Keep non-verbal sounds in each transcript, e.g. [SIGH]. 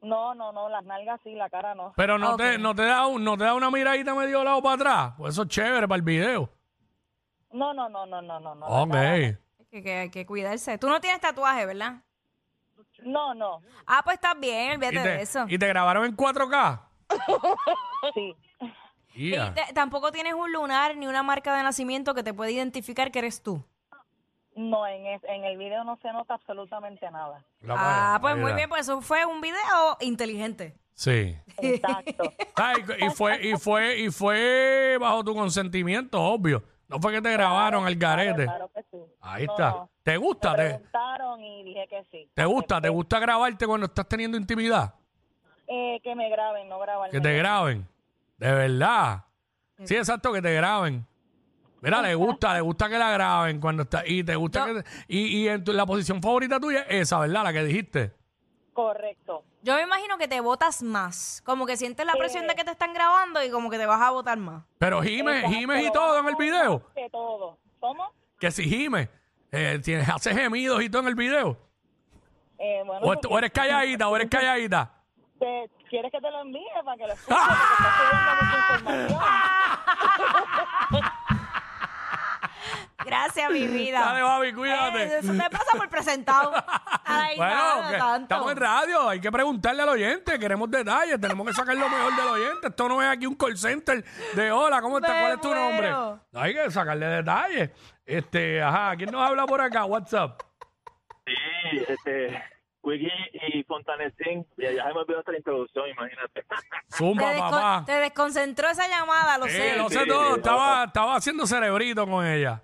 No, no, no, las nalgas sí, la cara no. Pero no, Ok. te, no, te da un- no te da una miradita medio lado para atrás. Pues eso es chévere para el video. No, no, no, no, no, no. no la Ok. cara Que, que hay que cuidarse. Tú no tienes tatuaje, ¿verdad? No, no, no, Ah, pues está bien, olvídate ¿Y de te, eso. y te grabaron en 4K? sí. Ya. Y te- tampoco tienes un lunar ni una marca de nacimiento que te puede identificar que eres tú. No, en, es- en el video no se nota [LAUGHS] absolutamente nada. La ah, madre, pues ahí muy está. bien, pues eso fue un video inteligente. Sí. Exacto. Ay, y fue, y fue, y fue bajo tu consentimiento, obvio. No fue que te grabaron al garete. Claro que sí. Ahí No, está. no. ¿Te Me gusta? ¿Te, preguntaron y dije que sí. te gusta? ¿Te gusta grabarte cuando estás teniendo intimidad? Eh, que me graben, no grabarme. Que te graben. De verdad. Sí, exacto, que te graben. Mira, le gusta, le gusta que la graben cuando está. Y te gusta que. Y, y en tu- la posición favorita tuya es esa, ¿verdad? La que dijiste. Correcto. Yo me imagino que te votas más. Como que sientes la presión de que te están grabando y como que te vas a votar más. Pero Jiménez, Exacto, Jiménez y lo todo en el vamos video. De todo. ¿Cómo? Que si Jiménez hace gemidos y todo en el video. Eh, bueno, O, est- o eres calladita, o eres calladita. te- ¿Quieres que te lo envíe [LAUGHS] para que lo escuches? Porque estás subiendo mucha información. Gracias, [LAUGHS] mi vida. Dale, Babi, cuídate. Eh, eso te pasa por presentado. Ay, Bueno, nada, que tanto. estamos en radio, hay que preguntarle al oyente, queremos detalles, tenemos que sacar lo mejor del oyente. Esto no es aquí un call center de hola, ¿cómo estás? Me ¿Cuál es tu nombre? muero. Hay que sacarle detalles. Este, ajá, ¿quién nos habla por acá? WhatsApp. Sí, este, Wiggy y Fontanecín, ya, ya se me olvidó nuestra introducción, imagínate. [LAUGHS] te, Zumba, descon- papá. te desconcentró esa llamada, lo Eh, sé. lo sé Sí, todo, sí, estaba, estaba haciendo cerebrito con ella.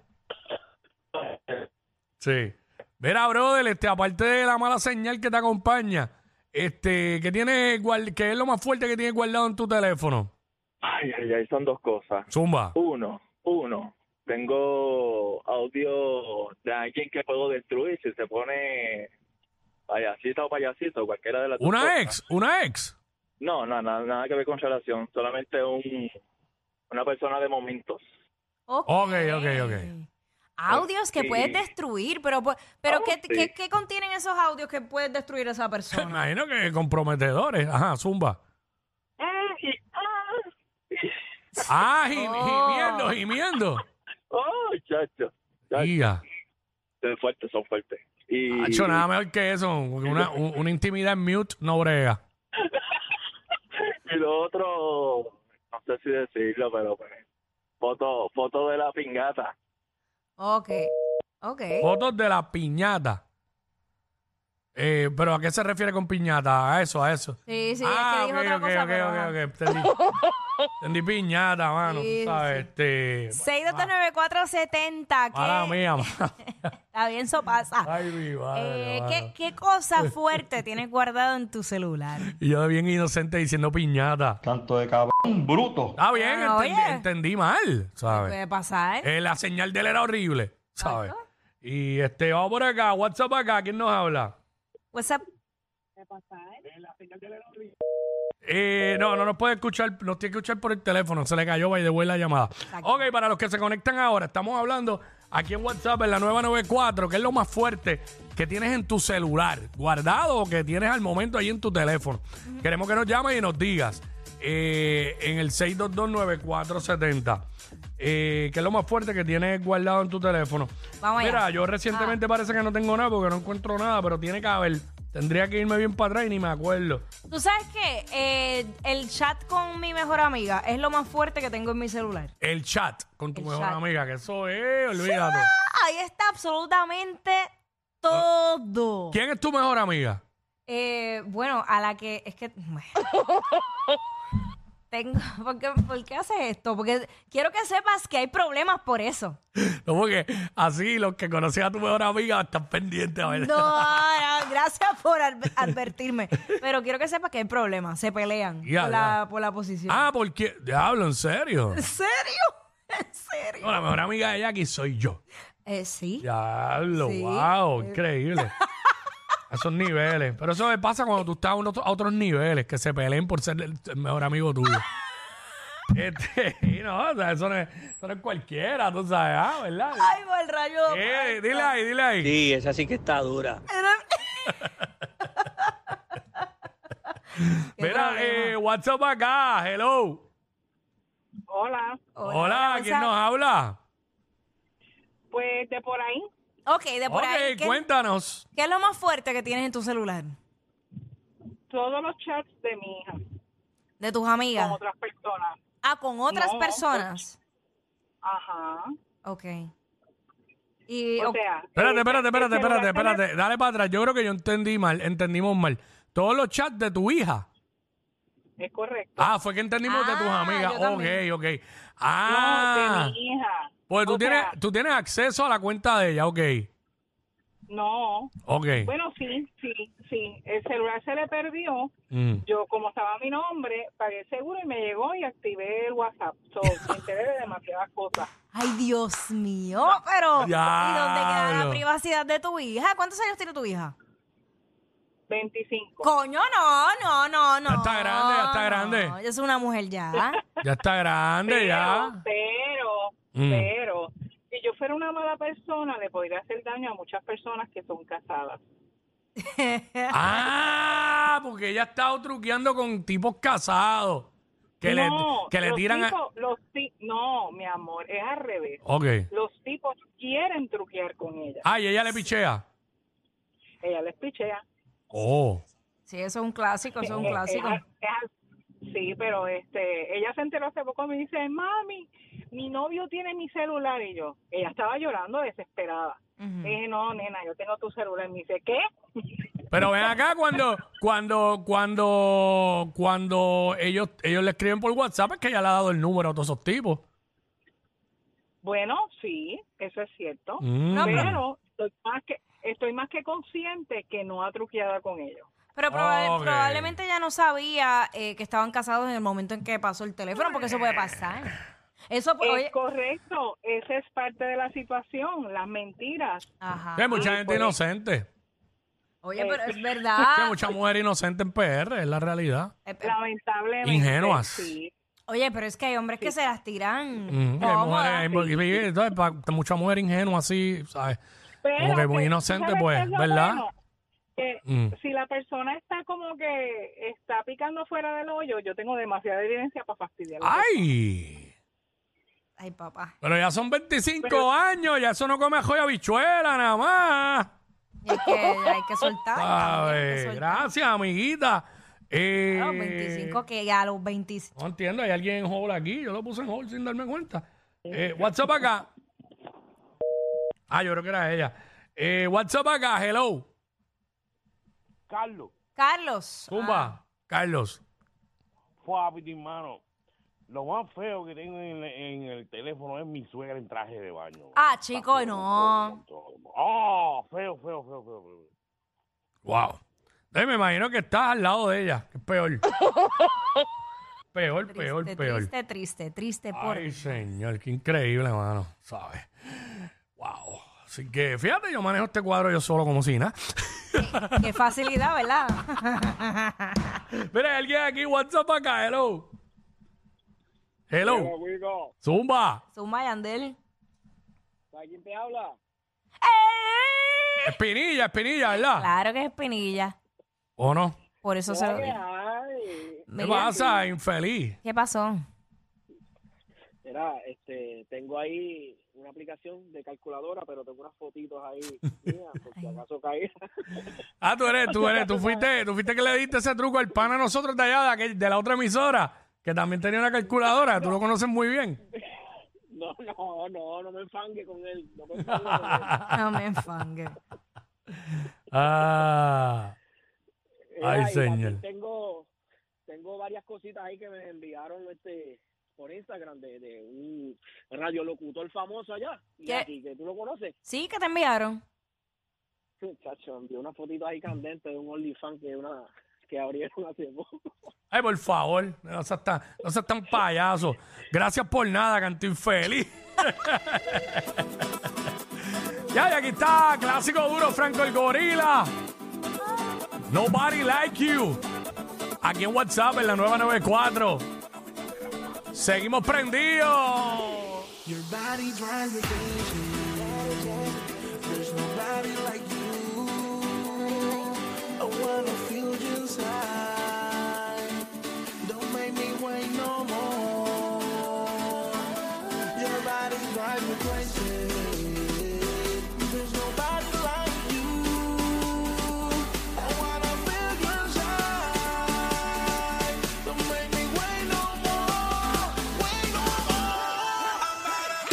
Sí. Mira, brother, este, aparte de la mala señal que te acompaña, este, ¿qué, tiene, guard- ¿qué es lo más fuerte que tienes guardado en tu teléfono? Ay, ay, ay, son dos cosas. Zumba. Uno, uno, tengo audio de alguien que puedo destruir si se pone payasita o payasito, cualquiera de las dos ¿Una cosas. ex? ¿Una ex? No, no, nada, nada que ver con relación, solamente un, una persona de momentos. [LAUGHS] Ok, Ok, ok, ok. Audios que Sí. puedes destruir, pero, pu- pero Ah, ¿qué, sí. qué, qué contienen esos audios que puedes destruir a esa Me persona? imagino que comprometedores. Ajá, zumba. Ay, ah, Ah, gim- Oh. gimiendo, gimiendo. oh, chacho, chacho. Ya. Son fuertes, son fuertes. Y Y, Hacho, nada mejor que eso. porque Una, un- una intimidad en mute no brega. y lo otro, no sé si decirlo, pero pues, foto, foto de la pingata. Ok. Ok. Fotos de la piñata. Eh, ¿Pero a qué se refiere con piñata? A eso, a eso. Sí, sí, ah, es que dijo ok, otra ok, cosa, ok, pero ok, ajá. ok, entendí. Entendí piñata, mano. Sí, tú sabes, este... 6229470. Mala ¿qué- mía, [LAUGHS] mano. Está bien, eso pasa. Ay, mi madre, Eh, mano. ¿qué, qué [LAUGHS] cosa fuerte tienes guardado en tu celular? Y yo bien inocente diciendo piñata. Tanto de cabrón bruto. Está bien, Bueno, entendí, oye. entendí mal, ¿sabes? Puede pasar. Eh, la señal de él era horrible, ¿sabes? Y este, vamos por acá, WhatsApp acá, ¿quién nos habla? What's up? Eh, no, no nos puede escuchar, nos tiene que escuchar por el teléfono, se le cayó by the way la llamada. Ok, para los que se conectan ahora, estamos hablando aquí en WhatsApp en la 994, que es lo más fuerte que tienes en tu celular, guardado o que tienes al momento ahí en tu teléfono. Queremos que nos llames y nos digas eh, en el 6229470, eh, que es lo más fuerte que tienes guardado en tu teléfono. Vamos allá. Ah. Mira, yo recientemente parece que no tengo nada porque no encuentro nada, pero tiene que haber. Tendría que irme bien para atrás y ni me acuerdo. ¿Tú sabes qué? Eh, el chat con mi mejor amiga es lo más fuerte que tengo en mi celular. El chat con tu El mejor chat. amiga, que eso es, olvídate. Ahí está absolutamente Ah. todo. ¿Quién es tu mejor amiga? Eh, bueno, a la que es que [LAUGHS] bueno. tengo ¿por qué, por qué haces esto? Porque quiero que sepas que hay problemas por eso. No, porque así los que conocían a tu mejor amiga están pendientes a No, ver. no, gracias por adver- advertirme, pero quiero que sepas que hay problemas, se pelean Ya, por, La, por la posición. Ah, porque. Diablo, en serio. ¿En serio? ¿En serio? No, la mejor amiga de Jackie soy yo. Eh, sí. Diablo, Sí. wow, increíble. A esos niveles. Pero eso me pasa cuando tú estás a, unos- a otros niveles, que se peleen por ser el, el mejor amigo tuyo. Este, y no, o sea, eso no, es, eso no es cualquiera, tú sabes, ah, ¿verdad? Ay, por el rayo. Eh, dile ahí, dile ahí. Sí, esa sí que está dura. Qué [LAUGHS] Mira, problema. eh, WhatsApp acá, hello. Hola, Hola, ¿quién what's up? nos habla? pues de por ahí. Ok, de por ok, ahí. ¿qué, cuéntanos. qué es lo más fuerte que tienes en tu celular? Todos los chats de mi hija De tus amigas. con otras personas. Ah, con otras No, personas. Ajá. Ok. Y, O ok. sea. Espérate, espérate, eh, el espérate, celular espérate, se me- espérate. Dale para atrás. Yo creo que yo entendí mal, entendimos mal. Todos los chats de tu hija. Es correcto. Ah, fue que entendimos de tus Ah, amigas. yo Ok, también. ok. No, Ah, de mi hija. pues tú O tienes, sea, tú tienes acceso a la cuenta de ella, ok. No. Ok. Bueno, sí, sí, sí. El celular se le perdió. Mm. Yo, como estaba mi nombre, pagué el seguro y me llegó y activé el WhatsApp. So, me enteré de demasiadas cosas. Ay, Dios mío, pero. ¿Y dónde queda la Diablo. privacidad de tu hija? ¿Cuántos años tiene tu hija? 25. Coño, no, no, no, no. Ya está grande, ya está no. grande. Yo soy una mujer ya. Ya está grande, ya. Pero, Mm. pero, si yo fuera una mala persona, le podría hacer daño a muchas personas que son casadas. Ah, porque ella ha estado truqueando con tipos casados. Que, le, No, que le los tiran a... tipos- los ti- no, mi amor, es al revés. Ok. Los tipos quieren truquear con ella. Ah, y ella le pichea. Ella les pichea. Oh. Sí, eso es un clásico, eso es un Eh, clásico. eh, eh, sí, pero este, ella se enteró hace poco, me dice, mami, mi novio tiene mi celular y yo, ella estaba llorando desesperada. Mm. Le Ujú. dije, no, nena, yo tengo tu celular. Y me dice, ¿qué? Pero ven acá cuando, cuando, cuando, cuando ellos, ellos le escriben por WhatsApp, es que ella le ha dado el número a todos esos tipos. Bueno, sí, eso es cierto. Mm. Pero estoy más, que, estoy más que consciente que no ha truqueada con ellos. Pero proba- Ok. probablemente ella no sabía eh, que estaban casados en el momento en que pasó el teléfono, porque eso puede pasar. Eso, Es puede... oye. correcto, esa es parte de la situación, las mentiras. Ajá. Que hay mucha gente pues. inocente. Oye, pero es Que hay verdad. mucha mujer inocente en PR, es la realidad. Eh, eh, Lamentablemente. Ingenuas. Sí. Oye, pero es que hay hombres que se las tiran. Oh, Mm. Y hay mujeres- hay mu- y- y- entonces, pa- mucha mujer ingenua así, ¿sabes? Pero Como que muy ¿tú inocente, sabes pues, qué es lo ¿verdad? bueno? Que Mm. Si la persona está como que está picando fuera del hoyo, yo tengo demasiada evidencia para fastidiarla. ¡Ay! Ay, papá. Pero ya son 25 años, ya eso no come ajo y habichuela nada más. Y hay, que, hay que soltar. también, hay ¿Sabes? que soltar. Gracias, amiguita. Eh, Claro, 25 que a los 25. No entiendo, hay alguien en hold aquí. Yo lo puse en hold sin darme cuenta. Eh, WhatsApp acá. Ah, yo creo que era ella. Eh, WhatsApp acá, hello. Carlos, Carlos. Zumba, Carlos. papi, hermano. Lo más feo que tengo en, en el teléfono es mi suegra en traje de baño. Ah, chico, no. Oh, feo, feo, feo, feo. feo. Wow. Entonces me imagino que estás al lado de ella. que [LAUGHS] Es peor. peor, peor, Triste, peor. Triste, triste, triste por. Ay, señor, qué increíble, hermano. ¿Sabes? Wow. Así que fíjate, yo manejo este cuadro yo solo como si nada. [LAUGHS] [LAUGHS] Qué facilidad, ¿verdad? Mira, hay alguien aquí, WhatsApp acá, hello. Hello. Wigo, Zumba. Suma Yandel. ¿sabes quién te habla? ¡Eh! Espinilla, espinilla, ¿verdad? Claro que es Pinilla. ¿O no? Por eso se lo digo. Ay, ¿Qué Mira, pasa, infeliz? ¿Qué pasó? mira, este, tengo ahí una aplicación de calculadora, pero tengo unas fotitos ahí mías, por si acaso caí. [LAUGHS] Ah, tú eres, tú eres, tú fuiste, tú fuiste que le diste ese truco al pana a nosotros de allá, de, aquel- de la otra emisora, que también tenía una calculadora, tú lo conoces muy bien. No, no, no, no me enfangue con él. No me enfangue con él. No me enfangue. Ah, Mira, ay, y señor. también Tengo, tengo varias cositas ahí que me enviaron este por Instagram de, de un radiolocutor famoso allá. Y ¿Qué? aquí, que tú lo conoces. Sí, que te enviaron. Chacho, envió una fotito ahí candente de un OnlyFans que una que abrieron hace poco. Ay, por favor, no seas tan, no seas tan payaso. Gracias por nada, canto infeliz. [LAUGHS] ya, y aquí está, clásico duro, Franco el Gorila. Nobody like you. Aquí en WhatsApp, en la 994. Seguimos prendidos. Your body drives me crazy. There's nobody like you. I wanna feel just right. Don't make me wait no more. Your body drives me crazy. There's nobody like you. I wanna feel just right. Don't make me wait no more. Wait no more. I'm out of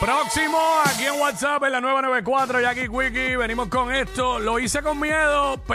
Próximo aquí en WhatsApp en la 994, Jackie Quickie. Venimos con esto. Lo hice con miedo, pero.